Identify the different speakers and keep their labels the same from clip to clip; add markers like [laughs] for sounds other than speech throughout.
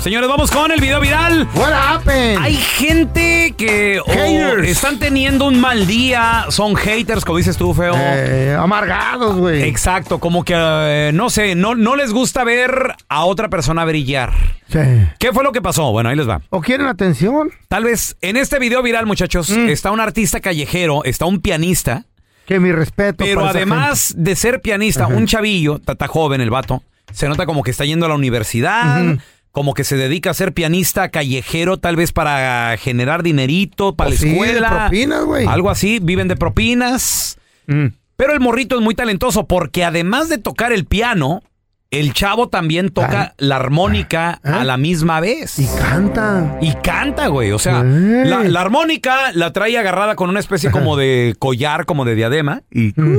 Speaker 1: Señores, vamos con el video viral.
Speaker 2: What happened?
Speaker 1: Hay gente que oh,
Speaker 2: Haters.
Speaker 1: están teniendo un mal día, son haters, como dices tú, feo.
Speaker 2: Eh, amargados, güey.
Speaker 1: Exacto, como que, eh, no sé, no, no les gusta ver a otra persona brillar.
Speaker 2: Sí.
Speaker 1: ¿Qué fue lo que pasó? Bueno, ahí les va.
Speaker 2: ¿O quieren atención?
Speaker 1: Tal vez en este video viral, muchachos,
Speaker 2: Mm.
Speaker 1: está un artista callejero, está un pianista,
Speaker 2: Que mi respeto.
Speaker 1: pero
Speaker 2: para esa
Speaker 1: además de ser pianista, un chavillo, tata joven el vato, se nota como que está yendo a la universidad, como que se dedica a ser pianista callejero, tal vez para generar dinerito, para
Speaker 2: Pues
Speaker 1: la
Speaker 2: sí, de
Speaker 1: escuela.
Speaker 2: propinas, güey.
Speaker 1: Algo así, viven de propinas.
Speaker 2: gente. Mm.
Speaker 1: Pero el morrito es muy talentoso porque además de tocar el piano, el chavo también toca
Speaker 2: Ah.
Speaker 1: la armónica
Speaker 2: Ah.
Speaker 1: a la misma vez.
Speaker 2: Y canta. Eh.
Speaker 1: Y canta, güey. O sea,
Speaker 2: Ey.
Speaker 1: la, la armónica la trae agarrada con una especie como de collar, como de diadema. Y
Speaker 2: Mm.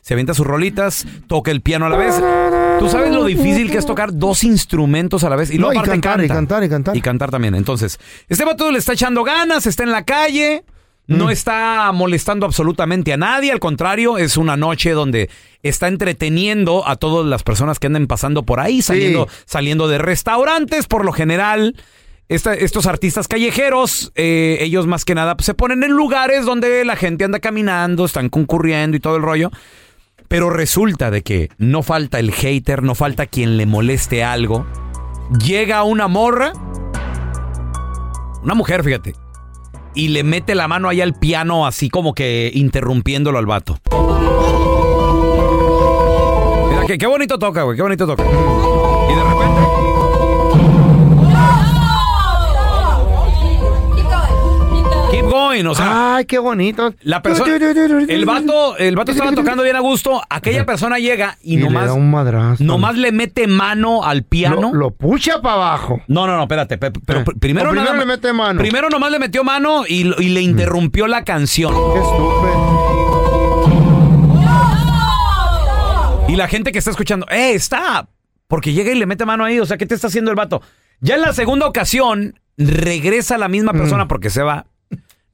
Speaker 1: se avienta sus rolitas, toca el piano a la vez. Tú sabes lo difícil que es tocar dos instrumentos a la vez. Y,
Speaker 2: No,
Speaker 1: luego
Speaker 2: y
Speaker 1: aparte
Speaker 2: cantar, y
Speaker 1: canta.
Speaker 2: cantar, y cantar.
Speaker 1: Y cantar también. Entonces, este vato le está echando ganas, está en la calle.
Speaker 2: Mm.
Speaker 1: No está molestando absolutamente a nadie, al contrario, es una noche donde está entreteniendo a todas las personas que anden pasando por ahí, saliendo, saliendo de restaurantes, por lo general. esta- estos artistas callejeros, eh, ellos más que nada pues, se ponen en lugares donde la gente anda caminando, están concurriendo y todo el rollo. Pero resulta de que no falta el hater, no falta quien le moleste algo. Llega una morra, una mujer, fíjate, y le mete la mano ahí al piano, así como que interrumpiéndolo al vato. Mira, que, qué bonito toca, güey, qué bonito toca. Y de repente. Keep going, o sea.
Speaker 2: Ay, qué bonito.
Speaker 1: La persona, el vato, el vato estaba tocando bien a gusto, aquella persona llega y,
Speaker 2: Y le
Speaker 1: nomás,
Speaker 2: da un madrazo.
Speaker 1: nomás le mete mano al piano.
Speaker 2: Lo, lo pucha para abajo.
Speaker 1: No, no, no, espérate, pe- pero
Speaker 2: Eh.
Speaker 1: pr- primero,
Speaker 2: O primero
Speaker 1: nada
Speaker 2: le
Speaker 1: ma-
Speaker 2: mete mano. Mm.
Speaker 1: Primero nomás le metió mano y, lo- y le interrumpió la canción.
Speaker 2: Qué estúpido.
Speaker 1: Y la gente que está escuchando, ¡eh, está! Porque llega y le mete mano ahí, o sea, ¿qué te está haciendo el vato? Ya en la segunda ocasión, regresa la misma persona porque se va.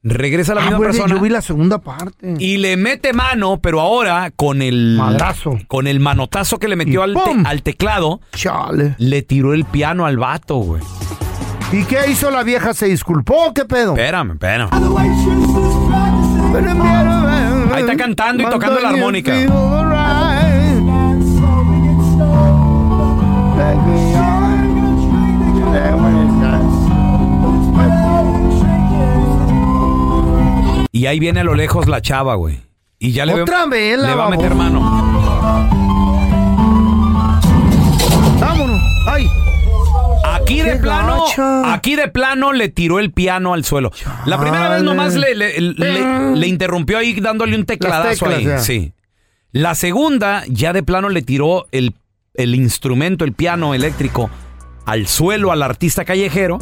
Speaker 1: Regresa la
Speaker 2: Mm. Ah,
Speaker 1: misma
Speaker 2: güey,
Speaker 1: persona.
Speaker 2: yo vi la segunda parte.
Speaker 1: Y le mete mano, pero ahora con el.
Speaker 2: Madrazo.
Speaker 1: Con el manotazo que le metió
Speaker 2: Y
Speaker 1: al, te-
Speaker 2: ¡pum!
Speaker 1: al teclado,
Speaker 2: Chale.
Speaker 1: le tiró el piano al vato, güey.
Speaker 2: ¿Y qué hizo la vieja? ¿Se disculpó? o ¿Qué pedo?
Speaker 1: Espérame, espérame.
Speaker 2: Ahí
Speaker 1: está cantando y tocando la armónica. Y ahí viene a lo lejos la chava, güey. Y ya le, ve-
Speaker 2: Otra vez la
Speaker 1: le va a meter
Speaker 2: babosa.
Speaker 1: mano.
Speaker 2: Vámonos. Ay,
Speaker 1: Aquí de
Speaker 2: Qué
Speaker 1: plano,
Speaker 2: gacha.
Speaker 1: aquí de plano le tiró el piano al suelo. La primera vez
Speaker 2: Chale.
Speaker 1: nomás le, le- le- le interrumpió ahí dándole un tecladazo
Speaker 2: teclas,
Speaker 1: ahí.
Speaker 2: ya.
Speaker 1: Sí. La segunda ya de plano le tiró el, el instrumento, el piano eléctrico, al suelo al artista callejero.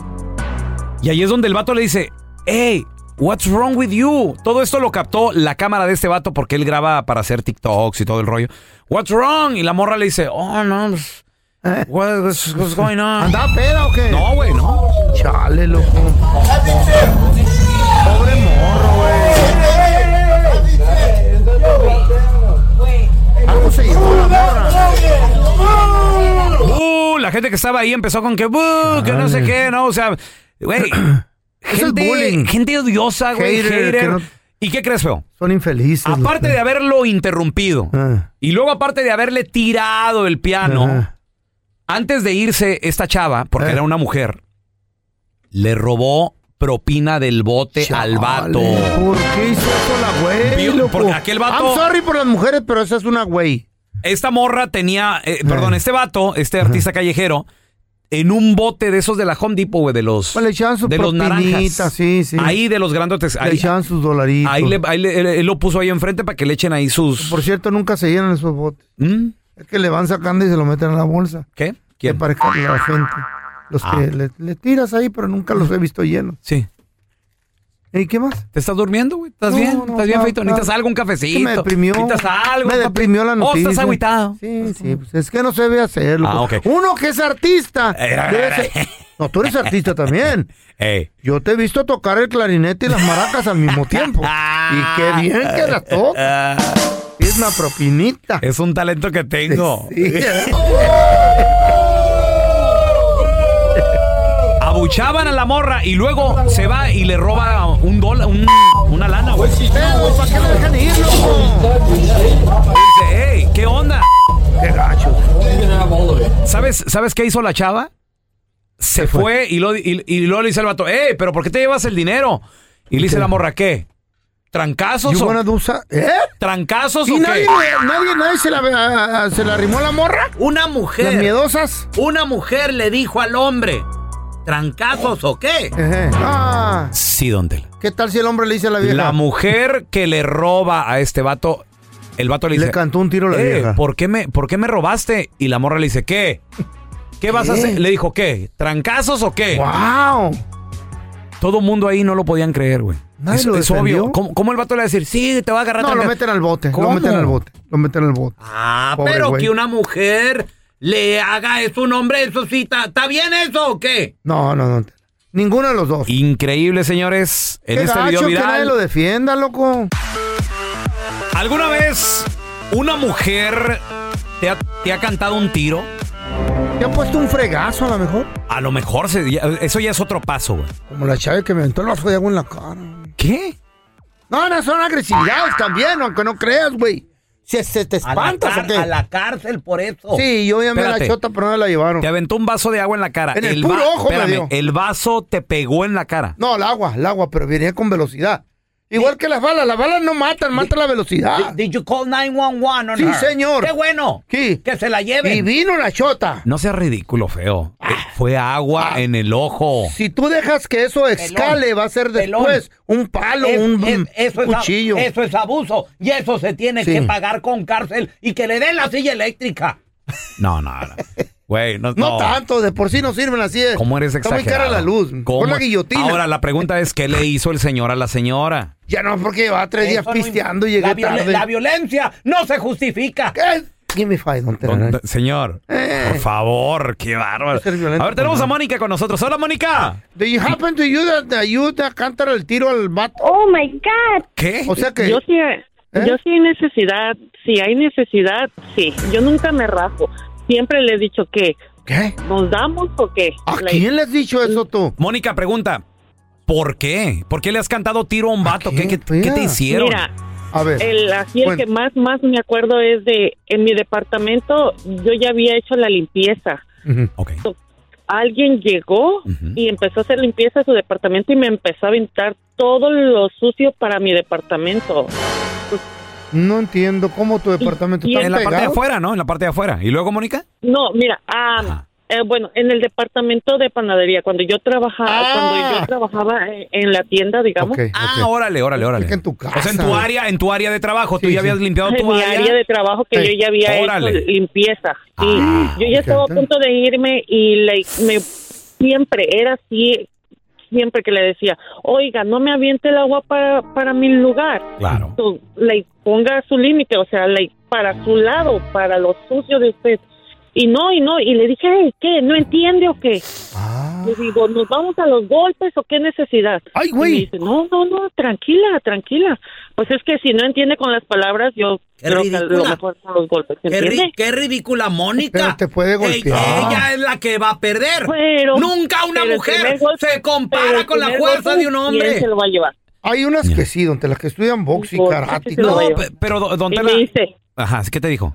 Speaker 1: Y ahí es donde el vato le dice, hey, what's wrong with you? Todo esto lo captó la cámara de este vato porque él graba para hacer TikToks y todo el rollo. What's wrong? Y la morra le dice, oh, no, pues, what- what's, what's going on?
Speaker 2: Eh. ¿Andaba peda o qué?
Speaker 1: No, güey, no.
Speaker 2: Chale, loco. Pobre morro, güey. Algo se llevó la morra.
Speaker 1: "Bú", Uh, la gente que estaba ahí empezó con que, "Bú", que no sé qué, ¿no? O sea,
Speaker 2: [clears throat]
Speaker 1: güey.
Speaker 2: es
Speaker 1: gente,
Speaker 2: bullying.
Speaker 1: gente odiosa, Ah, güey.
Speaker 2: Hater,
Speaker 1: hater.
Speaker 2: que no-
Speaker 1: ¿Y qué crees, feo?
Speaker 2: Son infelices.
Speaker 1: Aparte de haberlo interrumpido
Speaker 2: Ah.
Speaker 1: y luego aparte de haberle tirado el piano, antes de irse esta chava, porque
Speaker 2: Eh.
Speaker 1: era una mujer, le robó propina del bote al vato.
Speaker 2: ¿Por qué hizo eso la güey?
Speaker 1: Vio-
Speaker 2: loco?
Speaker 1: porque aquel vato-
Speaker 2: I'm sorry por las mujeres, pero esa es una güey.
Speaker 1: Esta morra tenía, eh, perdón, este vato, este artista callejero, en un bote de esos de la Home Depot, güey, de los,
Speaker 2: Pues le echaban su
Speaker 1: de los
Speaker 2: propinita,
Speaker 1: naranjas.
Speaker 2: sí, sí.
Speaker 1: Ah, Ahí de los grandotes.
Speaker 2: le
Speaker 1: Ahí,
Speaker 2: echaban sus dolaritos.
Speaker 1: ahí le- ahí le- él, él lo puso ahí enfrente para que le echen ahí sus...
Speaker 2: Por cierto, nunca se llenan esos botes.
Speaker 1: ¿Mm?
Speaker 2: Es que le van sacando y se lo meten en la bolsa.
Speaker 1: ¿Qué?
Speaker 2: Que
Speaker 1: ¿Quién?
Speaker 2: parezca a la gente. Los que le, le tiras ahí, pero nunca los he visto llenos.
Speaker 1: Sí.
Speaker 2: ¿Y qué más?
Speaker 1: ¿Te estás durmiendo, güey? ¿Estás
Speaker 2: No,
Speaker 1: bien?
Speaker 2: no,
Speaker 1: ¿Estás bien,
Speaker 2: pa-
Speaker 1: Feito?
Speaker 2: pa-
Speaker 1: ¿Necesitas algo? ¿Un cafecito?
Speaker 2: Que me deprimió.
Speaker 1: ¿Necesitas algo?
Speaker 2: Me
Speaker 1: papi?
Speaker 2: deprimió la
Speaker 1: Oh,
Speaker 2: noticia.
Speaker 1: estás agüitado.
Speaker 2: Sí, sí. pues es que no se debe hacer, loco.
Speaker 1: Ah, ok.
Speaker 2: Uno que es artista.
Speaker 1: Eh, a
Speaker 2: debe
Speaker 1: ver,
Speaker 2: ser-
Speaker 1: eh.
Speaker 2: No, tú eres artista también.
Speaker 1: [laughs] Ey.
Speaker 2: Yo te he visto tocar el clarinete y las maracas al mismo tiempo. y qué bien que las tocas.
Speaker 1: Ah,
Speaker 2: Es una propinita.
Speaker 1: es un talento que tengo.
Speaker 2: Sí.
Speaker 1: [laughs] Abuchaban a la morra y luego se va y le roba Oh, un dólar, un- una lana, güey. Y
Speaker 2: Pero, ¿para qué la dejan ir, loco?
Speaker 1: dice, hey, ¿qué onda?
Speaker 2: Qué gacho.
Speaker 1: ¿Sabes, ¿Sabes qué hizo la chava? Se fue, y, lo, y, y luego le dice al vato, hey, ¿pero por qué te llevas el dinero? Y le dice la morra, ¿qué? ¿Trancazos
Speaker 2: You
Speaker 1: o,
Speaker 2: wanna do sa- ¿Eh?
Speaker 1: ¿Trancazos
Speaker 2: ¿Y
Speaker 1: o
Speaker 2: nadie,
Speaker 1: qué?
Speaker 2: le- nadie, nadie se la, a- a- se la arrimó la morra?
Speaker 1: Una
Speaker 2: ¿Las
Speaker 1: mujer
Speaker 2: miedosas?
Speaker 1: Una mujer le dijo al hombre, ¿trancazos o qué?
Speaker 2: Ejé. Ah,
Speaker 1: Sí, don Tela.
Speaker 2: ¿Qué tal si el hombre le dice a la vieja?
Speaker 1: La mujer que le roba a este vato, el vato le
Speaker 2: Le
Speaker 1: dice,
Speaker 2: cantó un tiro a la
Speaker 1: "Eh,
Speaker 2: vieja.
Speaker 1: ¿por, qué me, ¿por qué me robaste? Y la morra le dice, ¿qué? ¿Qué vas a
Speaker 2: ¿Qué?
Speaker 1: hacer? Le dijo, ¿qué? ¿Trancazos o qué?
Speaker 2: ¡Wow!
Speaker 1: Todo mundo ahí no lo podían creer, güey.
Speaker 2: Nadie
Speaker 1: Es,
Speaker 2: lo
Speaker 1: es
Speaker 2: defendió.
Speaker 1: obvio. ¿Cómo, cómo el vato le va a decir, sí, te va a agarrar
Speaker 2: No, lo
Speaker 1: tranca-".
Speaker 2: meten al bote.
Speaker 1: ¿Cómo?
Speaker 2: Lo meten al bote. Lo meten al bote.
Speaker 1: Ah,
Speaker 2: Pobre
Speaker 1: pero
Speaker 2: güey.
Speaker 1: que una mujer le haga eso a un hombre, eso sí, ¿está está bien eso o qué?
Speaker 2: No, no, no. Ninguno de los dos.
Speaker 1: Increíble, señores. En
Speaker 2: Qué
Speaker 1: este
Speaker 2: gacho
Speaker 1: video
Speaker 2: que nadie
Speaker 1: viral.
Speaker 2: lo defienda, loco.
Speaker 1: ¿Alguna vez una mujer te ha, te ha cantado un tiro?
Speaker 2: Te han puesto un fregazo a lo mejor.
Speaker 1: A lo mejor se- ya- eso ya es otro paso, güey.
Speaker 2: Como la chave que me aventó el vaso de agua en la cara.
Speaker 1: ¿Qué?
Speaker 2: No, no, son agresividades también, aunque no creas, güey. Si se te espantas o qué.
Speaker 1: cárcel por eso.
Speaker 2: Sí, yo llamé a la
Speaker 1: Espérate.
Speaker 2: chota, pero no me la llevaron.
Speaker 1: Te aventó un vaso de agua en la cara.
Speaker 2: En el puro ojo me dio.
Speaker 1: el vaso te pegó en la cara.
Speaker 2: No, el agua, el agua, pero venía con velocidad. Igual que las balas, las balas no matan, mata la velocidad.
Speaker 1: Did you call 911
Speaker 2: Sí, her? señor. Qué
Speaker 1: bueno.
Speaker 2: Sí. que
Speaker 1: se la
Speaker 2: Y vino la chota.
Speaker 1: No seas ridículo, feo.
Speaker 2: Ah.
Speaker 1: Eh, Fue agua en el ojo.
Speaker 2: Si tú dejas que eso escale, va a ser
Speaker 1: pelón.
Speaker 2: después un palo,
Speaker 1: Es-
Speaker 2: un,
Speaker 1: es-
Speaker 2: un
Speaker 1: eso es ab-
Speaker 2: cuchillo.
Speaker 1: eso es abuso. Y eso se tiene
Speaker 2: Sí.
Speaker 1: que pagar con cárcel y que le den la silla eléctrica. No, no, [laughs] no. Güey, no,
Speaker 2: no,
Speaker 1: no.
Speaker 2: tanto, de por sí no sirven así. es.
Speaker 1: ¿Cómo eres
Speaker 2: Está
Speaker 1: exagerado?
Speaker 2: muy cara la luz.
Speaker 1: ¿Cómo?
Speaker 2: Con la guillotina.
Speaker 1: Ahora, la pregunta es, ¿qué le hizo el señor a la señora?
Speaker 2: Ya no, porque llevaba tres días pisteando y llegué tarde.
Speaker 1: violencia no se justifica.
Speaker 2: ¿Qué? Give me five, don Tenorio.
Speaker 1: Señor, por favor, qué bárbaro.
Speaker 2: No ser violento,
Speaker 1: A ver, tenemos
Speaker 2: por
Speaker 1: a Mónica con nosotros. Hola, Mónica.
Speaker 2: Do you happen to you that, that you that cántara el tiro al vato?
Speaker 3: Oh my God.
Speaker 1: ¿Qué?
Speaker 2: O sea que...
Speaker 3: Yo sí, Eh, yo sí hay necesidad. Si hay necesidad, sí. Yo nunca me rajo. Siempre le he dicho que
Speaker 2: ¿Qué?
Speaker 3: nos damos o qué.
Speaker 2: ¿A
Speaker 3: Like,
Speaker 2: quién le has dicho eso tú?
Speaker 1: Mónica, pregunta. ¿Por qué? ¿Por qué le has cantado tiro a un vato? ¿Qué,
Speaker 2: qué,
Speaker 1: qué- qué te
Speaker 2: fea?
Speaker 1: hicieron?
Speaker 3: Mira,
Speaker 2: A ver.
Speaker 3: el, así el
Speaker 2: Bueno.
Speaker 3: que más, más me acuerdo es de en mi departamento yo ya había hecho la limpieza.
Speaker 2: Ujú.
Speaker 1: Ok.
Speaker 3: Alguien llegó
Speaker 1: Ujú.
Speaker 3: y empezó a hacer limpieza a su departamento y me empezó a aventar todo lo sucio para mi departamento.
Speaker 2: No entiendo cómo tu departamento
Speaker 3: y
Speaker 2: está
Speaker 1: En la parte de
Speaker 2: pegado.
Speaker 1: afuera, ¿no? En la parte de afuera. ¿Y luego, Mónica?
Speaker 3: No, mira, ah,
Speaker 1: Ajá.
Speaker 3: eh, bueno, en el departamento de panadería, cuando yo trabajaba,
Speaker 2: Ah.
Speaker 3: cuando yo trabajaba en, en la tienda, digamos,
Speaker 2: Ok, ok.
Speaker 1: Ah, órale, órale, órale.
Speaker 2: que en tu
Speaker 1: O sea, en tu
Speaker 2: casa.
Speaker 1: área, en tu área de trabajo, tú
Speaker 2: Sí,
Speaker 1: ya
Speaker 2: sí.
Speaker 1: habías
Speaker 3: [laughs]
Speaker 1: limpiado
Speaker 3: en
Speaker 1: tu
Speaker 3: mi
Speaker 1: área.
Speaker 3: área de trabajo que
Speaker 2: Hey,
Speaker 3: yo ya había
Speaker 1: órale.
Speaker 3: hecho limpieza. Y
Speaker 1: Ah,
Speaker 3: yo ya estaba
Speaker 2: ok.
Speaker 3: a punto de irme y like, me siempre era así siempre que le decía, oiga, no me aviente el agua para, para mi lugar.
Speaker 1: Claro.
Speaker 3: Tú, le ponga su límite, o sea, le, para
Speaker 2: Ah.
Speaker 3: su lado, para lo sucio de usted. Y no, y no, y le dije, "Ey, ¿qué? ¿No entiende o qué? Le digo, ¿nos vamos a los golpes o qué necesidad?
Speaker 2: Ah. Ay, güey.
Speaker 3: Y me dice, no, no, no, tranquila, tranquila. Pues es que si no entiende con las palabras, yo
Speaker 4: Qué
Speaker 3: creo que a lo
Speaker 4: ridícula.
Speaker 3: mejor con los golpes,
Speaker 4: Qué,
Speaker 3: ¿entiende?
Speaker 4: ri- qué ridícula, Mónica.
Speaker 2: Pero te puede
Speaker 4: Ey,
Speaker 2: golpear.
Speaker 4: ella es la que va a perder.
Speaker 3: Pero-
Speaker 4: Nunca una
Speaker 3: pero el
Speaker 4: mujer
Speaker 3: primer golpe-
Speaker 4: se
Speaker 3: pero
Speaker 4: compara
Speaker 3: el
Speaker 4: con la
Speaker 3: primer
Speaker 4: fuerza
Speaker 3: golpe,
Speaker 4: de un
Speaker 3: ¿quién
Speaker 4: hombre.
Speaker 3: se lo va a llevar?
Speaker 2: Hay unas que sí, donde las que estudian box y
Speaker 3: Box,
Speaker 2: karate. y
Speaker 3: sí,
Speaker 2: todo.
Speaker 3: güey.
Speaker 1: No, pe- pero do- don
Speaker 3: Y
Speaker 1: Tela-
Speaker 3: me dice,
Speaker 1: Ajá, ¿qué te dijo?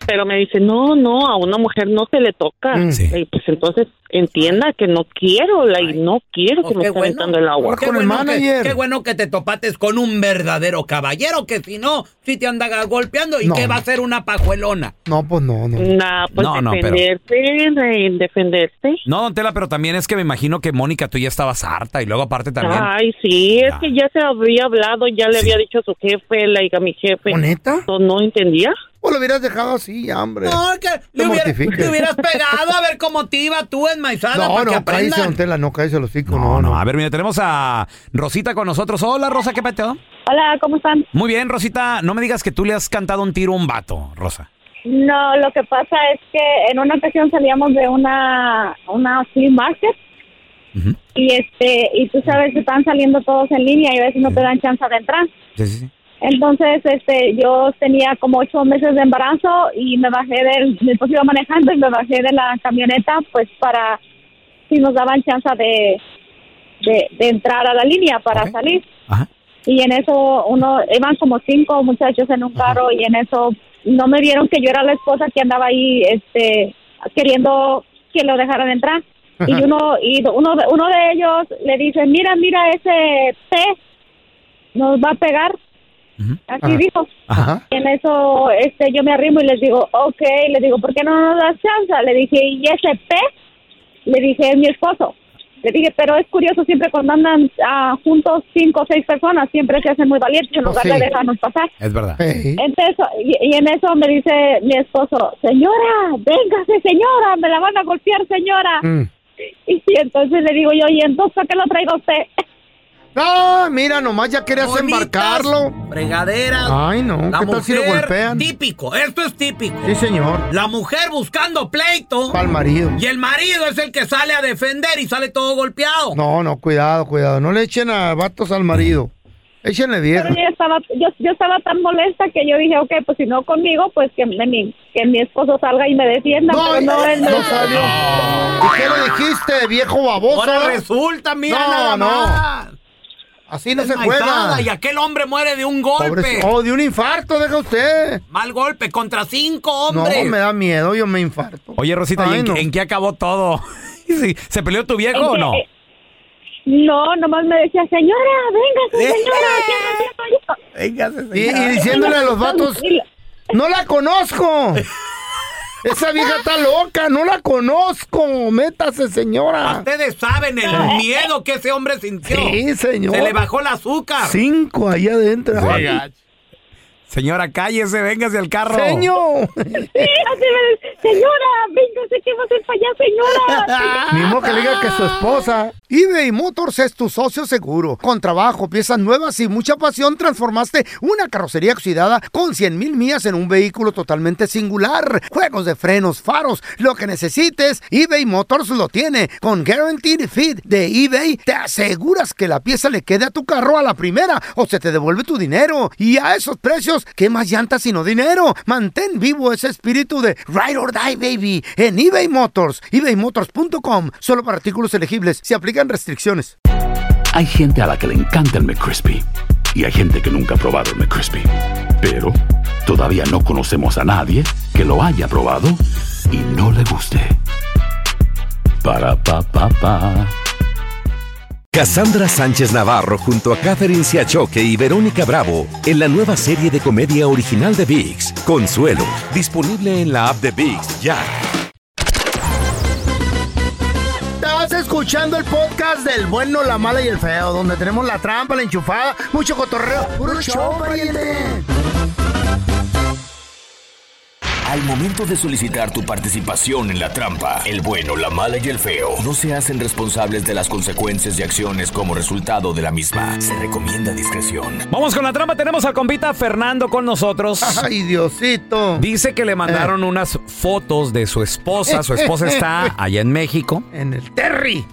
Speaker 3: [laughs] pero me dice, no, no, a una mujer no se le toca.
Speaker 2: Mm.
Speaker 1: Sí.
Speaker 3: Y pues entonces entienda que no quiero, la, y no quiero que
Speaker 4: Oh,
Speaker 3: me
Speaker 4: qué
Speaker 3: esté
Speaker 4: bueno.
Speaker 3: aventando el agua.
Speaker 4: Qué
Speaker 2: Con el
Speaker 4: bueno que-
Speaker 2: manager.
Speaker 4: qué bueno que te topates con un verdadero caballero, que si no, si te anda golpeando y
Speaker 2: No.
Speaker 4: que va a ser una pajuelona.
Speaker 2: No, pues no,
Speaker 4: Eh,
Speaker 2: no.
Speaker 3: Nah, pues
Speaker 1: No, no, pero-
Speaker 3: defenderse, eh, defenderse.
Speaker 1: No, don Tela, pero también es que me imagino que Mónica, tú ya estabas harta y luego aparte también.
Speaker 3: Ay, sí, es
Speaker 1: Ya.
Speaker 3: que ya se había hablado, ya le
Speaker 1: Sí.
Speaker 3: había dicho a su jefe, la hija a mi jefe. Pues,
Speaker 2: ¿O neta?
Speaker 3: No, no entendía.
Speaker 2: O lo hubieras dejado así, ya, hombre.
Speaker 4: No, que le, hubiera-
Speaker 2: mortifiques.
Speaker 4: le hubieras pegado a ver cómo te iba tú enmaizada
Speaker 2: No,
Speaker 4: para que
Speaker 2: no, cállese,
Speaker 4: aprendan.
Speaker 2: don Tela, no, cállese los hocico,
Speaker 1: No, no,
Speaker 2: no, no.
Speaker 1: A ver, mira, tenemos a Rosita con nosotros. Hola, Rosa, ¿qué peteo?
Speaker 3: Hola, ¿cómo están?
Speaker 1: Muy bien, Rosita, no me digas que tú le has cantado un tiro a un vato, Rosa.
Speaker 3: No, lo que pasa es que en una ocasión salíamos de una una flea market
Speaker 1: Ujú.
Speaker 3: y este y tú sabes que están saliendo todos en línea y a veces no te dan chance de entrar.
Speaker 1: Sí, sí, sí.
Speaker 3: Entonces, este, yo tenía como ocho meses de embarazo y me bajé del, mi esposo iba manejando y me bajé de la camioneta, pues para si nos daban chance de, de, de entrar a la línea para
Speaker 1: Ok.
Speaker 3: salir.
Speaker 1: Ajá.
Speaker 3: Y en eso uno, iban como cinco muchachos en un carro y en eso no me vieron que yo era la esposa que andaba ahí, este, queriendo que lo dejaran entrar. Y uno, y uno, de- uno de ellos le dice, mira, mira ese té nos va a pegar.
Speaker 1: Ujú.
Speaker 3: Así
Speaker 2: Ajá.
Speaker 3: dijo.
Speaker 2: Ajá.
Speaker 3: En eso este, yo me arrimo y les digo, ok, les digo, ¿por qué no nos das chance? Le dije, ¿y ese P? Le dije, es mi esposo. Le dije, pero es curioso, siempre cuando andan ah, juntos cinco o seis personas, siempre se hacen muy valientes en
Speaker 2: Pues
Speaker 3: lugar
Speaker 2: sí.
Speaker 3: de dejarnos pasar.
Speaker 1: Es verdad.
Speaker 2: Ey.
Speaker 3: Entonces, y, y en eso me dice mi esposo, señora, véngase, señora, me la van a golpear, señora.
Speaker 2: Mm.
Speaker 3: [laughs] Y, entonces le digo yo, ¿y entonces para qué lo traigo a usted?
Speaker 2: No, mira, nomás Ah, ya querías embarcarlo.
Speaker 4: Fregaderas.
Speaker 2: Ay, no,
Speaker 4: la
Speaker 2: ¿qué tal si lo
Speaker 4: mujer,
Speaker 2: golpean?
Speaker 4: Típico, esto es típico.
Speaker 2: Sí, señor.
Speaker 4: La mujer buscando pleito
Speaker 2: Pa'l marido.
Speaker 4: y el marido es el que sale a defender y sale todo golpeado.
Speaker 2: No, no, cuidado, cuidado. No le echen a vatos al marido. Échenle
Speaker 3: Pero
Speaker 2: vieja.
Speaker 3: yo estaba, yo, yo estaba tan molesta que yo dije, ok, pues si no conmigo, pues que, mi, que mi esposo salga y me defienda.
Speaker 2: No,
Speaker 3: pero no, él
Speaker 2: no salió. ¿Y qué le dijiste, viejo
Speaker 4: Ahora
Speaker 2: baboso?
Speaker 4: resulta, mira
Speaker 2: No,
Speaker 4: nada
Speaker 2: no.
Speaker 4: más.
Speaker 2: Así no se
Speaker 4: Maizada,
Speaker 2: juega.
Speaker 4: Y aquel hombre muere de un golpe.
Speaker 2: Pobre, oh, de un infarto, deja usted.
Speaker 4: Mal golpe contra cinco
Speaker 2: No,
Speaker 4: hombres.
Speaker 2: me da miedo, yo me infarto.
Speaker 1: Oye, Rosita, ¿y
Speaker 2: Ay,
Speaker 1: en,
Speaker 2: no.
Speaker 1: en qué acabó todo? [laughs] Sí, ¿Se peleó tu viejo o no?
Speaker 3: Eh, No, nomás me decía, señora, véngase, señora. ya, ya,
Speaker 2: Y, y diciéndole a los vatos, no la conozco. Esa vieja está loca, no la conozco. Métase, señora.
Speaker 4: Ustedes saben el miedo que ese hombre sintió.
Speaker 2: "Ah". Sí, señor.
Speaker 4: Se le bajó el azúcar.
Speaker 2: Cinco ahí adentro.
Speaker 1: Oiga. Señora, cállese, véngase al carro.
Speaker 2: Señor.
Speaker 3: [laughs] Sí, así me dice, señora, véngase, que va a hacer para allá,
Speaker 2: [laughs]
Speaker 3: señora.
Speaker 2: Mismo que le diga que su esposa. eBay Motors es tu socio seguro. Con trabajo, piezas nuevas y mucha pasión, transformaste una carrocería oxidada con 100 mil millas en un vehículo totalmente singular. Juegos de frenos, faros, lo que necesites, eBay Motors lo tiene. Con Guaranteed Fit de eBay, te aseguras que la pieza le quede a tu carro a la primera o se te devuelve tu dinero. Y a esos precios, ¿qué más llantas sino dinero? Mantén vivo ese espíritu de Ride or Die, baby, en eBay Motors. ebaymotors.com. Solo para artículos elegibles. Se aplican restricciones.
Speaker 5: Hay gente a la que le encanta el McCrispy y hay gente que nunca ha probado el McCrispy. Pero todavía no conocemos a nadie que lo haya probado y no le guste. Para pa pa pa.
Speaker 6: Cassandra Sánchez Navarro junto a Catherine Siachoque y Verónica Bravo en la nueva serie de comedia original de VIX, Consuelo, disponible en la app de VIX ya.
Speaker 2: Estás escuchando el podcast del bueno, la mala y el feo, donde tenemos la trampa, la enchufada, mucho cotorreo. ¡Puro show, pariente!
Speaker 7: Al momento de solicitar tu participación en la trampa, el bueno, la mala y el feo no se hacen responsables de las consecuencias y acciones como resultado de la misma. Se recomienda discreción.
Speaker 1: Vamos con la trampa. Tenemos al compita Fernando con nosotros.
Speaker 2: Ay, Diosito. Eh.
Speaker 1: Dice que le mandaron unas fotos de su esposa. Su
Speaker 2: [laughs]
Speaker 1: esposa está allá en México.
Speaker 2: En el Terry.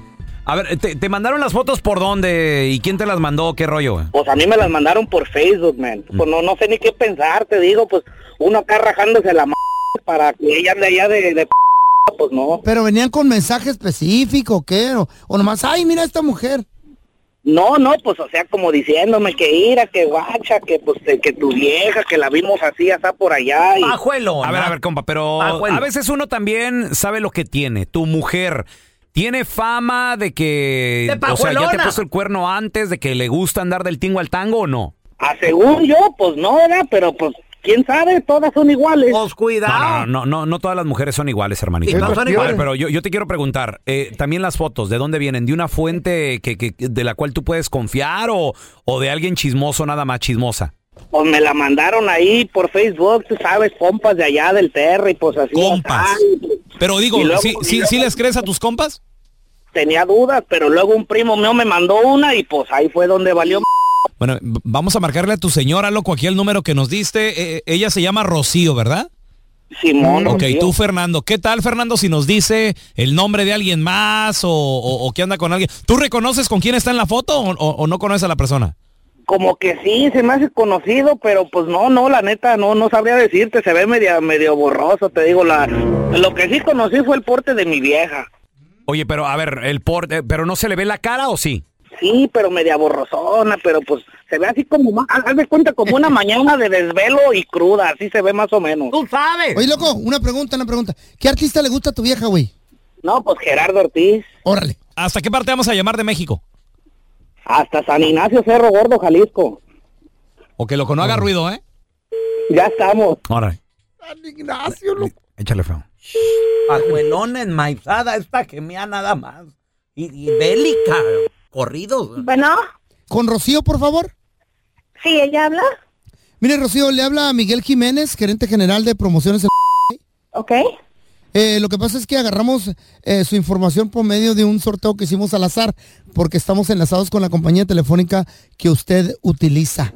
Speaker 1: A ver, ¿te, te mandaron las fotos por dónde? ¿Y quién te las mandó? ¿Qué rollo?
Speaker 8: Pues a mí me las mandaron por Facebook, man.
Speaker 1: Mm.
Speaker 8: Pues no, no sé ni qué pensar, te digo, pues uno acá rajándose la m para que ella ande allá de, de p pues no.
Speaker 2: Pero venían con mensaje específico, ¿qué? O, o nomás, ay, mira esta mujer.
Speaker 8: No, no, pues o sea, como diciéndome que ira, que guacha, que pues te- que tu vieja, que la vimos así, hasta por allá. Y...
Speaker 4: Pajuelo.
Speaker 1: A ver,
Speaker 4: ¿no?
Speaker 1: a ver, compa, pero
Speaker 4: Ah, bueno.
Speaker 1: a veces uno también sabe lo que tiene. Tu mujer tiene fama de que...
Speaker 4: De
Speaker 1: o sea, ya te
Speaker 4: pajuelona.
Speaker 1: puso el cuerno antes, de que le gusta andar del tingo al tango o no.
Speaker 8: Ah, según yo, pues no, ¿verdad? Pero pues, quién sabe, todas son iguales.
Speaker 4: Os
Speaker 1: No, no,
Speaker 4: cuidado.
Speaker 1: no, no, no todas las mujeres son iguales, hermanito.
Speaker 2: Sí, no son
Speaker 1: A ver,
Speaker 2: iguales.
Speaker 1: pero yo, yo te quiero preguntar, eh, también las fotos, ¿de dónde vienen? ¿De una fuente que, que- de la cual tú puedes confiar o, o de alguien chismoso, nada más chismosa?
Speaker 8: Pues me la mandaron ahí por Facebook, tú sabes, compas de allá del Terry, pues así.
Speaker 9: Compas.
Speaker 8: ay, pues,
Speaker 9: Pero digo,
Speaker 8: Y luego-
Speaker 9: ¿sí,
Speaker 8: y
Speaker 9: sí,
Speaker 8: luego-
Speaker 9: sí les crees a tus compas?
Speaker 8: Tenía dudas, pero luego un primo mío me mandó una y pues ahí fue donde valió. m-
Speaker 9: Bueno, v- vamos a marcarle a tu señora, loco, aquí el número que nos diste. Eh, ella se llama Rocío, ¿verdad?
Speaker 8: Simón.
Speaker 9: Ok,
Speaker 8: tío.
Speaker 9: tú, Fernando. ¿Qué tal, Fernando, si nos dice el nombre de alguien más o, o- o que anda con alguien? ¿Tú reconoces con quién está en la foto o, o- o no conoces a la persona?
Speaker 8: Como que sí, se me hace conocido, pero pues no, no, la neta, no, no sabría decirte, se ve media, medio borroso, te digo, la, lo que sí conocí fue el porte de mi vieja.
Speaker 1: Oye, pero a ver, el por, eh, ¿pero no se le ve la cara o sí?
Speaker 8: Sí, pero media borrosona, pero pues se ve así como, más- haz haz de cuenta,
Speaker 9: [laughs]
Speaker 8: como una mañana de desvelo y cruda, así se ve más o menos.
Speaker 4: Tú sabes.
Speaker 2: Oye, loco, una pregunta, una pregunta. ¿Qué artista le gusta a tu vieja, güey?
Speaker 8: No, pues Gerardo Ortiz,
Speaker 2: Órale.
Speaker 9: ¿Hasta qué parte vamos a llamar de México?
Speaker 8: hasta San Ignacio Cerro Gordo, Jalisco.
Speaker 9: O que loco no haga ruido, ¿eh?
Speaker 8: Ya estamos.
Speaker 1: Ahora,
Speaker 2: Ignacio, loco.
Speaker 1: échale feo.
Speaker 4: Pajuelona enmaizada, esta gemía nada más. Y, y bélica. Corridos.
Speaker 3: Bueno,
Speaker 2: Con Rocío, por favor.
Speaker 3: sí, ella habla.
Speaker 2: Mire, Rocío, le habla a Miguel Jiménez, gerente general de promociones.
Speaker 3: Ok.
Speaker 2: Eh, lo que pasa es que agarramos eh, su información por medio de un sorteo que hicimos al azar, porque estamos enlazados con la compañía telefónica que usted utiliza.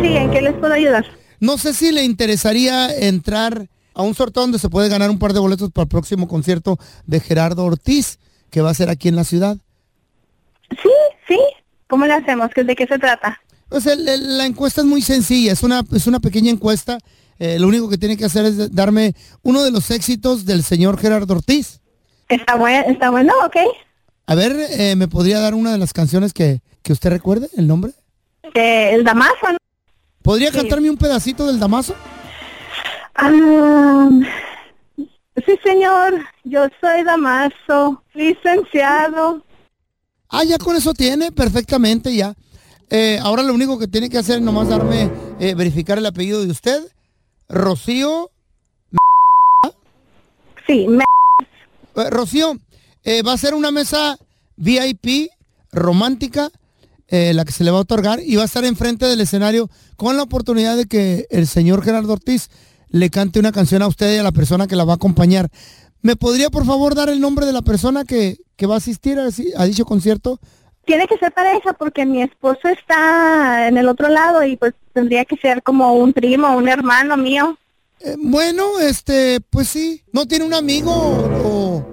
Speaker 3: Sí, ¿en qué les puedo ayudar?
Speaker 2: No sé si le interesaría entrar a un sorteo donde se puede ganar un par de boletos para el próximo concierto de Gerardo Ortiz, que va a ser aquí en la ciudad.
Speaker 3: Sí, sí. ¿Cómo le hacemos? ¿De qué se trata?
Speaker 2: Pues el- el- la encuesta es muy sencilla, es una, es una pequeña encuesta. Eh, lo único que tiene que hacer es de- darme uno de los éxitos del señor Gerardo Ortiz.
Speaker 3: Está, buen, está bueno, ok.
Speaker 2: A ver, eh, ¿me podría dar una de las canciones que, que usted recuerde, el nombre?
Speaker 3: Eh, el Damaso, ¿no?
Speaker 2: ¿Podría
Speaker 3: Sí.
Speaker 2: cantarme un pedacito del Damaso?
Speaker 3: Ah, sí, señor. Yo soy Damaso, licenciado.
Speaker 2: Ah, ya con eso tiene, perfectamente ya. Eh, ahora lo único que tiene que hacer es nomás darme, eh, verificar el apellido de usted. Rocío,
Speaker 3: Sí, me-
Speaker 2: eh, Rocío, eh, va a ser una mesa VIP romántica, eh, la que se le va a otorgar, y va a estar enfrente del escenario con la oportunidad de que el señor Gerardo Ortiz le cante una canción a usted y a la persona que la va a acompañar. ¿Me podría por favor dar el nombre de la persona que, que va a asistir a, a dicho concierto?
Speaker 3: tiene que ser pareja porque mi esposo está en el otro lado y pues tendría que ser como un primo, un hermano mío.
Speaker 2: Eh, bueno, este, pues sí. ¿No tiene un amigo o,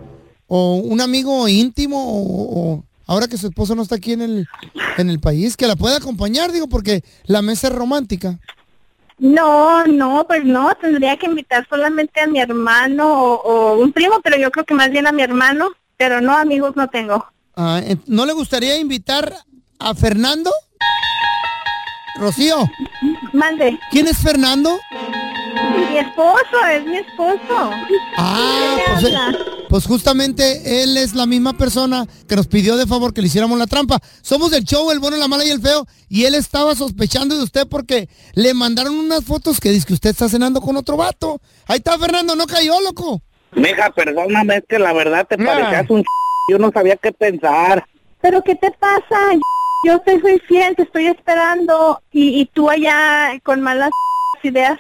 Speaker 2: o un amigo íntimo o, o- ahora que su esposo no está aquí en el, en el país, que la pueda acompañar? Digo, porque la mesa es romántica.
Speaker 3: No, no, pues no, tendría que invitar solamente a mi hermano o, o un primo, pero yo creo que más bien a mi hermano, pero no amigos no tengo.
Speaker 2: Ah, en- ¿No le gustaría invitar a Fernando? Rocío,
Speaker 3: Mande,
Speaker 2: ¿quién es Fernando?
Speaker 3: mi esposo, es mi esposo.
Speaker 2: Ah,
Speaker 3: ¿Quién
Speaker 2: pues, eh,
Speaker 3: habla?
Speaker 2: pues justamente él es la misma persona que nos pidió de favor que le hiciéramos la trampa. Somos del show El Bueno, la Mala y el Feo y él estaba sospechando de usted porque le mandaron unas fotos que dice que usted está cenando con otro vato. Ahí está Fernando, no cayó, loco.
Speaker 8: Meja, perdóname, es que la verdad te
Speaker 2: Nah.
Speaker 8: parecías un ch... Yo no sabía qué pensar.
Speaker 3: Pero ¿qué te pasa? Yo te soy fiel, te estoy esperando y, y tú allá con malas ideas.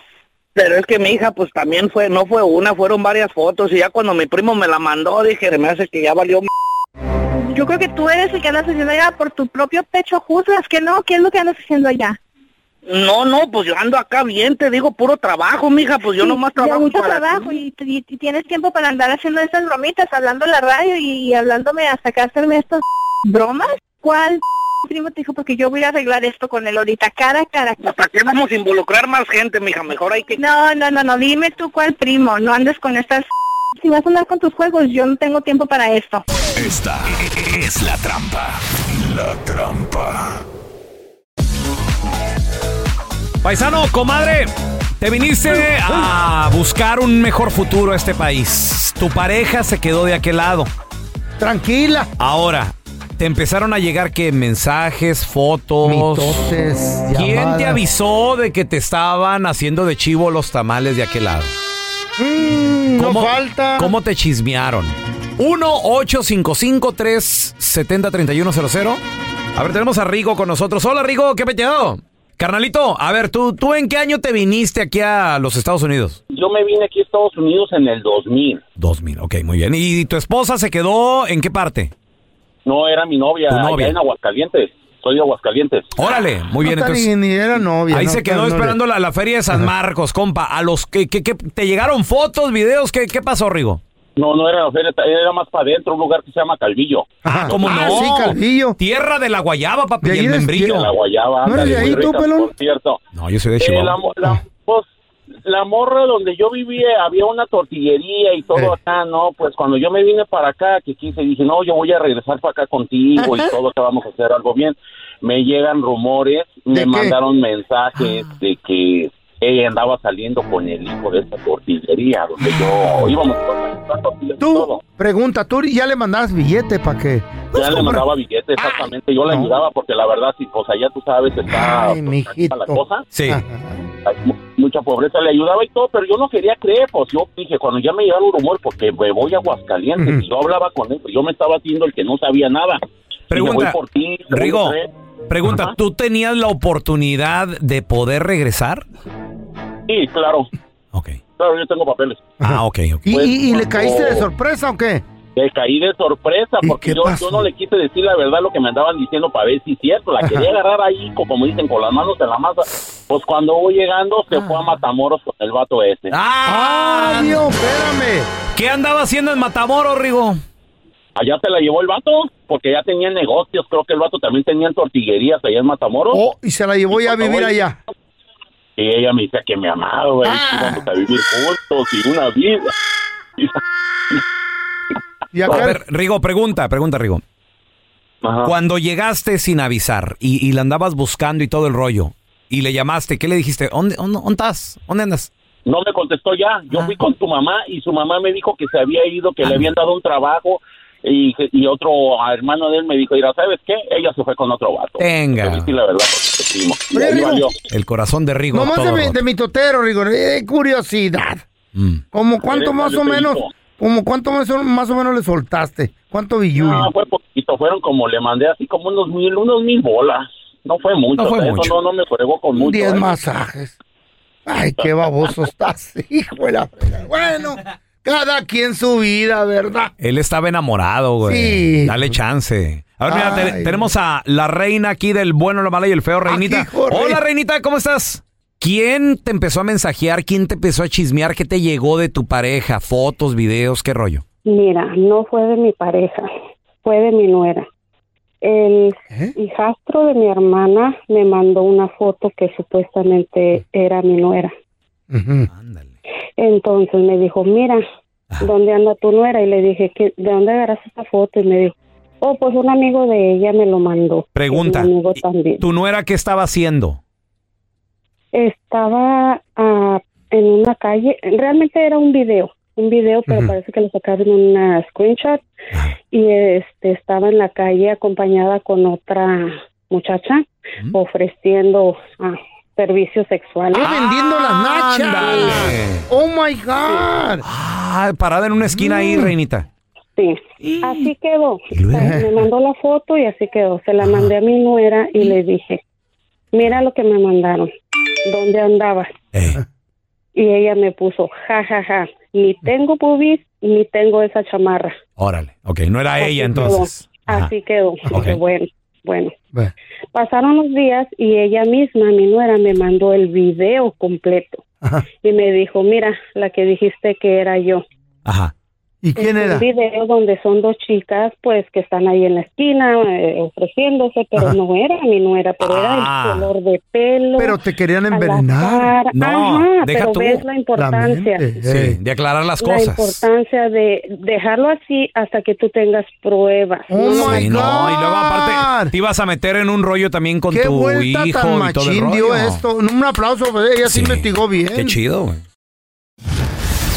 Speaker 8: Pero es que mi hija, pues también fue, no fue una, fueron varias fotos y ya cuando mi primo me la mandó dije, se me hace que ya valió. m-".
Speaker 10: Yo creo que tú eres el que andas haciendo allá por tu propio pecho, juzgas que no, ¿qué es lo que andas haciendo allá?
Speaker 8: No, no, pues yo ando acá bien, te digo, puro trabajo, mija, pues yo nomás
Speaker 10: Y hay
Speaker 8: trabajo
Speaker 10: mucho
Speaker 8: para
Speaker 10: trabajo y, y- y tienes tiempo para andar haciendo esas bromitas, hablando en la radio y, hablándome hasta que hacerme estas bromas. ¿Cuál [laughs] primo te dijo? Porque yo voy a arreglar esto con él ahorita, cara a cara.
Speaker 8: ¿Para qué vamos a involucrar más gente, mija? Mejor hay que...
Speaker 10: No, no, no, no, dime tú cuál primo, no andes con estas... [laughs] Si vas a andar con tus juegos, yo no tengo tiempo para esto.
Speaker 7: Esta es la trampa. La trampa.
Speaker 1: Paisano, comadre, te viniste a buscar un mejor futuro a este país. Tu pareja se quedó de aquel lado.
Speaker 2: Tranquila.
Speaker 1: Ahora, te empezaron a llegar que mensajes, fotos.
Speaker 2: Mitotes,
Speaker 1: ¿Quién te
Speaker 2: llamadas.
Speaker 1: avisó de que te estaban haciendo de chivo los tamales de aquel lado?
Speaker 2: Mm, no falta.
Speaker 1: ¿Cómo te chismearon? 1-855-370-3100. A ver, tenemos a Rigo con nosotros. Hola, Rigo, ¿qué peteado? Carnalito, a ver, ¿tú, ¿tú en qué año te viniste aquí a los Estados Unidos?
Speaker 11: Yo me vine aquí a Estados Unidos en el 2000.
Speaker 1: 2000, ok, muy bien. ¿Y tu esposa se quedó en qué parte?
Speaker 11: No era mi novia,
Speaker 1: Tu
Speaker 11: allá
Speaker 1: novia.
Speaker 11: en Aguascalientes. Soy de Aguascalientes.
Speaker 1: Órale, muy bien.
Speaker 2: No,
Speaker 1: entonces,
Speaker 2: ni, ni era novia.
Speaker 1: ahí
Speaker 2: no,
Speaker 1: se quedó
Speaker 2: no, no,
Speaker 1: esperando la, la feria de San Marcos, compa. A los que, que- que- te llegaron fotos, videos, ¿qué, qué pasó, Rigo?
Speaker 11: No, no era, era- era más para adentro, un lugar que se llama Calvillo.
Speaker 1: Ah, ¿cómo no? Tierra de la guayaba, papi, y el membrillo.
Speaker 11: De la guayaba.
Speaker 1: ¿No eres
Speaker 11: ándale,
Speaker 1: de ahí
Speaker 11: muy
Speaker 1: tú,
Speaker 11: rica,
Speaker 1: pelón?
Speaker 11: Por cierto.
Speaker 1: No, yo soy de
Speaker 11: Eh,
Speaker 1: Chihuahua.
Speaker 11: la, mo- la- pues, la morra donde yo vivía había una tortillería y todo acá, ¿no? Pues cuando yo me vine para acá, que quise, dije, no, yo voy a regresar para acá contigo y todo, que vamos a hacer algo bien. Me llegan rumores, me mandaron mensajes de que ella andaba saliendo con el hijo de esa tortillería, donde yo íbamos a comprar tortillas y todo.
Speaker 2: Pregunta, tú ya le mandabas billete para que.
Speaker 1: Pues
Speaker 11: Ya le mandaba billete, exactamente. Yo la ayudaba porque la verdad, si, o sea, ya tú sabes, está
Speaker 2: Ay, mijito.
Speaker 11: la cosa.
Speaker 1: Sí.
Speaker 11: Hay mu- mucha pobreza. Le ayudaba y todo, pero yo no quería creer. Pues yo dije, cuando ya me llegaba un rumor, porque me voy a Aguascalientes.
Speaker 1: Ujú.
Speaker 11: y Yo hablaba con él, pero yo me estaba haciendo el que no sabía nada.
Speaker 1: Pregunta,
Speaker 11: Y me voy por ti, te voy a
Speaker 1: Rigo,
Speaker 11: traer.
Speaker 1: pregunta, ¿tú tenías la oportunidad de poder regresar?
Speaker 11: Sí, claro. Claro, yo tengo papeles.
Speaker 1: Ah, ok, ok.
Speaker 2: ¿Y,
Speaker 11: Pues,
Speaker 2: y- y le caíste de
Speaker 11: cuando-
Speaker 2: sorpresa o qué?
Speaker 11: Le caí de sorpresa porque
Speaker 2: qué
Speaker 11: yo,
Speaker 2: pasó?
Speaker 11: yo no le quise decir la verdad lo que me andaban diciendo para ver si es cierto. La quería
Speaker 2: Ajá.
Speaker 11: agarrar ahí, co- como dicen, con las manos en la masa. Pues cuando voy llegando, se fue a Matamoros con el vato ese.
Speaker 1: ¡Ah!
Speaker 2: Ah. Dios, espérame!
Speaker 1: ¿Qué andaba haciendo en Matamoros, Rigo?
Speaker 11: Allá se la llevó el vato porque ya tenía negocios. Creo que el vato también tenía tortillerías allá en Matamoros.
Speaker 2: Y se la llevó ya a vivir allá.
Speaker 11: Y ella me dice que me amaba, güey,
Speaker 2: Ah.
Speaker 11: que íbamos a vivir juntos y una vida.
Speaker 1: A ver, Rigo, pregunta, pregunta, Rigo. Cuando llegaste sin avisar y, y la andabas buscando y todo el rollo, y le llamaste, ¿qué le dijiste? ¿Dónde, dónde, dónde estás? ¿Dónde andas?
Speaker 11: No me contestó ya. Yo
Speaker 2: Ah.
Speaker 11: fui con su mamá y su mamá me dijo que se había ido, que le habían dado un trabajo. Y, y otro hermano de él me dijo, mira, ¿sabes qué? Ella se fue con otro vato.
Speaker 1: Tenga.
Speaker 11: Te voy a decir la verdad, porque te estimo. Y
Speaker 2: Oye,
Speaker 11: ahí
Speaker 2: Rigo.
Speaker 11: valió.
Speaker 1: El corazón de Rigo.
Speaker 2: Nomás
Speaker 1: todo
Speaker 2: de, mi-
Speaker 1: roto.
Speaker 2: de mi totero, Rigor. Eh, curiosidad.
Speaker 11: Mm.
Speaker 2: ¿Como cuánto
Speaker 11: Eres
Speaker 2: más o
Speaker 11: maldito
Speaker 2: menos?
Speaker 11: hijo.
Speaker 2: ¿Como cuánto más o, más o menos le soltaste? ¿Cuánto billuyo?
Speaker 11: No, fue poquito. Fueron como, le mandé así como unos mil, unos mil bolas. No fue mucho.
Speaker 2: No fue
Speaker 11: o sea, eso
Speaker 2: mucho.
Speaker 11: no, no me fregó con mucho.
Speaker 2: Diez
Speaker 11: ¿eh?
Speaker 2: masajes. Ay, qué baboso estás, [laughs] hijo de la fregada. Bueno, cada quien su vida, ¿verdad?
Speaker 1: Él estaba enamorado, güey.
Speaker 2: Sí.
Speaker 1: Dale chance. A ver, mira, te-
Speaker 2: Ay.
Speaker 1: tenemos a la reina aquí del bueno, lo malo y el feo, reinita. Hola, reinita, ¿cómo estás? ¿Quién te empezó a mensajear? ¿Quién te empezó a chismear? ¿Qué te llegó de tu pareja? ¿Fotos, videos? ¿Qué rollo?
Speaker 12: Mira, no fue de mi pareja, fue de mi nuera. El hijastro de mi hermana me mandó una foto que supuestamente era mi nuera. Entonces me dijo, mira, ¿dónde anda tu nuera? Y le dije, "¿Qué- ¿de dónde agarras esta foto? Y me dijo, oh, pues un amigo de ella me lo mandó.
Speaker 1: Pregunta.
Speaker 12: Un amigo también.
Speaker 1: ¿Tu nuera qué estaba haciendo?
Speaker 12: Estaba ah, en una calle, realmente era un video, un video, pero parece que lo sacaron en una screenshot y este estaba en la calle acompañada con otra muchacha ofreciendo ah, servicios sexuales.
Speaker 2: vendiendo las nachas. Oh my God.
Speaker 1: Ah, parada en una esquina
Speaker 2: Mm.
Speaker 1: ahí, reinita.
Speaker 12: Sí, así quedó. Me mandó la foto y así quedó. Se la mandé a mi nuera
Speaker 9: Eh.
Speaker 12: y le dije, mira lo que me mandaron, ¿dónde andabas? Y ella me puso, ja, ja, ja, ni tengo pubis, ni tengo esa chamarra.
Speaker 9: Órale. Ok, no era ella entonces. Ajá.
Speaker 12: Así quedó. Dije,
Speaker 9: Ok.
Speaker 12: bueno, bueno.
Speaker 9: Bueno.
Speaker 12: Pasaron los días y ella misma, mi nuera, me mandó el video completo. Y me dijo, mira, la que dijiste que era yo.
Speaker 9: Ajá.
Speaker 2: ¿Y quién
Speaker 12: Es
Speaker 2: era?
Speaker 12: Un video donde son dos chicas, pues, que están ahí en la esquina eh, ofreciéndose, pero no era mi nuera, pero
Speaker 2: Ah.
Speaker 12: era el color de pelo.
Speaker 2: Pero te querían
Speaker 12: a la
Speaker 2: envenenar.
Speaker 12: cara. Ajá, pero ves la importancia.
Speaker 2: eh.
Speaker 9: Sí, de aclarar las
Speaker 12: La
Speaker 9: cosas.
Speaker 12: importancia de dejarlo así hasta que tú tengas pruebas. No,
Speaker 9: Sí, no, y luego aparte te ibas a meter en un rollo también con
Speaker 2: Qué
Speaker 9: tu hijo
Speaker 2: vuelta tan
Speaker 9: y todo el
Speaker 2: machín
Speaker 9: rollo.
Speaker 2: dio esto. Un aplauso, pues, ella se investigó bien.
Speaker 9: Qué chido, güey.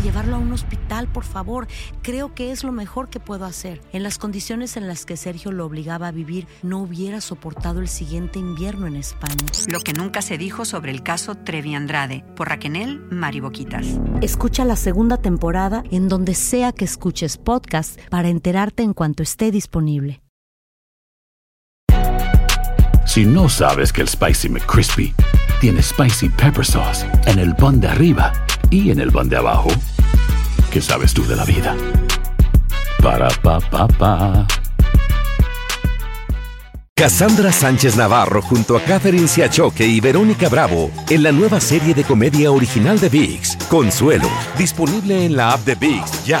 Speaker 13: llevarlo a un hospital, por favor. Creo que es lo mejor que puedo hacer. En las condiciones en las que Sergio lo obligaba a vivir, no hubiera soportado el siguiente invierno en España.
Speaker 14: Lo que nunca se dijo sobre el caso Trevi Andrade por Raquel Mariboquitas.
Speaker 13: Escucha la segunda temporada en donde sea que escuches podcast para enterarte en cuanto esté disponible.
Speaker 5: Si no sabes que el Spicy McCrispy tiene Spicy Pepper Sauce en el pan de arriba y en el pan de abajo, ¿qué sabes tú de la vida? Para, pa, pa, pa.
Speaker 6: Cassandra Sánchez Navarro junto a Catherine Siachoque y Verónica Bravo en la nueva serie de comedia original de VIX, Consuelo, disponible en la app de VIX ya.